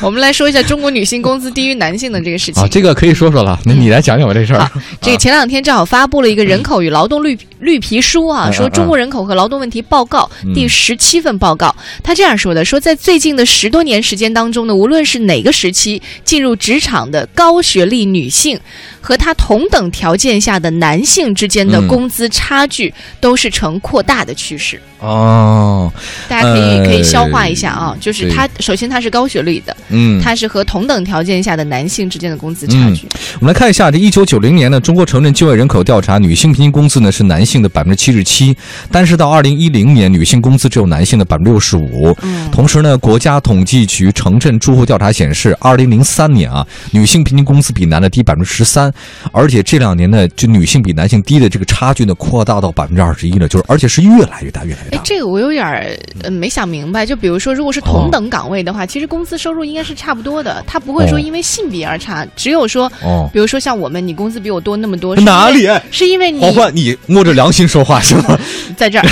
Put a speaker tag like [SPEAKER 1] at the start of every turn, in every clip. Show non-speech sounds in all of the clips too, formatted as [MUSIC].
[SPEAKER 1] [LAUGHS] 我们来说一下中国女性工资低于男性的这个事情
[SPEAKER 2] 啊，。这啊个可以说说了，那你来讲讲吧这事儿。
[SPEAKER 1] 这个前两天正好发布了一个人口与劳动绿绿皮书啊，
[SPEAKER 2] 嗯
[SPEAKER 1] 说
[SPEAKER 2] 嗯
[SPEAKER 1] 中国人口和劳动问题报告
[SPEAKER 2] 嗯
[SPEAKER 1] 第十七份报告，他这样说的：说在最近的十多年时间当中呢，无论是哪个时期进入职场的高学历女性和她同等条件下的男性之间的
[SPEAKER 2] 嗯
[SPEAKER 1] 工资差距都是呈扩大的趋势。
[SPEAKER 2] [LAUGHS] 哦，
[SPEAKER 1] 大家可以
[SPEAKER 2] 呃
[SPEAKER 1] 可以消化一下啊，就是
[SPEAKER 2] 对
[SPEAKER 1] 她首先她是高学历的，
[SPEAKER 2] 嗯，
[SPEAKER 1] 她是和同等条件下的男性之间的工资差距。
[SPEAKER 2] 我们来看一下这一九九零年的中国城镇就业人口调查，女性平均工资呢是男性的百分之七十七，但是到二零一零年，女性工资只有男性的百分之六十五。
[SPEAKER 1] 嗯
[SPEAKER 2] 同时呢，国家统计局城镇住户调查显示，二零零三年啊，女性平均工资比男的低百分之十三，而且这两年呢，就女性比男性低的这个差距呢扩大到百分之二十一了，就是而且是越来越大，越来越
[SPEAKER 1] 哎
[SPEAKER 2] 大，。
[SPEAKER 1] 这个我有点儿、呃、没想明白。就比如说，如果是同等岗位的话，其实工资收入应该是差不多的，他不会说
[SPEAKER 2] 哦
[SPEAKER 1] 因为性别而差。只有说，
[SPEAKER 2] 哦，
[SPEAKER 1] 比如说像我们，你工资比我多那么多，是因为
[SPEAKER 2] 哪里？？
[SPEAKER 1] 是因为你
[SPEAKER 2] 黄欢，你摸着良心说话是吧？
[SPEAKER 1] 在
[SPEAKER 2] [LAUGHS]
[SPEAKER 1] 这儿，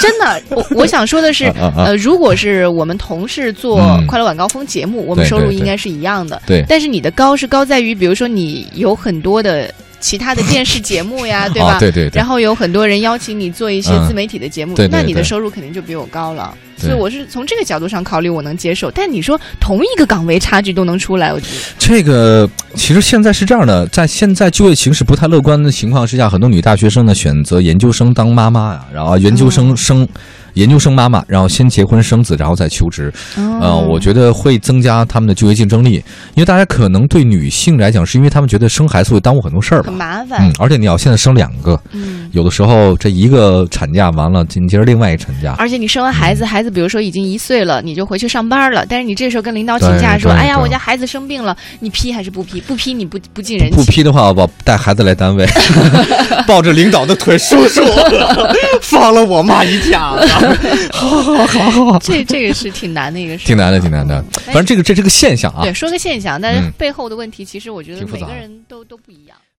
[SPEAKER 1] 真的，我我想说的是，
[SPEAKER 2] 啊啊啊
[SPEAKER 1] 呃，如果是我们同事做
[SPEAKER 2] 嗯
[SPEAKER 1] 《快乐晚高峰》节目，我们
[SPEAKER 2] 对
[SPEAKER 1] 收入
[SPEAKER 2] 对
[SPEAKER 1] 应该是一样的。
[SPEAKER 2] 对
[SPEAKER 1] 但是你的高是高在于，比如说你有很多的其他的电视节目
[SPEAKER 2] [LAUGHS]
[SPEAKER 1] 呀，对吧？
[SPEAKER 2] 啊，对对对
[SPEAKER 1] 然。后有很多人邀请你做一些自媒体的节目，
[SPEAKER 2] 嗯对对
[SPEAKER 1] 那你的
[SPEAKER 2] 对
[SPEAKER 1] 收入肯定就比我高了。
[SPEAKER 2] 对
[SPEAKER 1] 所以我是从这个角度上考虑，我能接受。但你说同一个岗位差距都能出来，我觉得
[SPEAKER 2] 这个其实现在是这样的，在现在就业形势不太乐观的情况之下，很多女大学生呢选择研究生当妈妈呀，然后研究
[SPEAKER 1] 哦
[SPEAKER 2] 生生。研究生妈妈，然后先结婚生子，然后再求职，呃，
[SPEAKER 1] 哦
[SPEAKER 2] 我觉得会增加他们的就业竞争力，因为大家可能对女性来讲，是因为她们觉得生孩子会耽误很多事儿吧
[SPEAKER 1] 很，麻烦
[SPEAKER 2] 嗯。，而且你要现在生两个，
[SPEAKER 1] 嗯，
[SPEAKER 2] 有的时候这一个产假完了，紧接着另外一个产假，
[SPEAKER 1] 而且你生完孩
[SPEAKER 2] 嗯
[SPEAKER 1] 子，孩子比如说已经一岁了，你就回去上班了。但是你这时候跟领导请假
[SPEAKER 2] 对
[SPEAKER 1] 说：“
[SPEAKER 2] 对
[SPEAKER 1] 哎呀，
[SPEAKER 2] 对
[SPEAKER 1] 我家孩子生病了，你批还是不批？不批你
[SPEAKER 2] [LAUGHS]
[SPEAKER 1] 不不近人
[SPEAKER 2] 不
[SPEAKER 1] 情。”
[SPEAKER 2] 批的话，我带孩子来单位，抱着领导的腿，叔叔，放了我妈一 [LAUGHS] 假。
[SPEAKER 1] [LAUGHS] 这这个是挺难的一个事，嗯
[SPEAKER 2] 挺难的，挺难的。
[SPEAKER 1] 哎
[SPEAKER 2] 反正这个这是个现象啊
[SPEAKER 1] 对，。说个现象，但是
[SPEAKER 2] 嗯
[SPEAKER 1] 背后的问题，其实我觉得
[SPEAKER 2] 挺复
[SPEAKER 1] 每
[SPEAKER 2] 杂
[SPEAKER 1] 个
[SPEAKER 2] 的
[SPEAKER 1] 人都都不一样。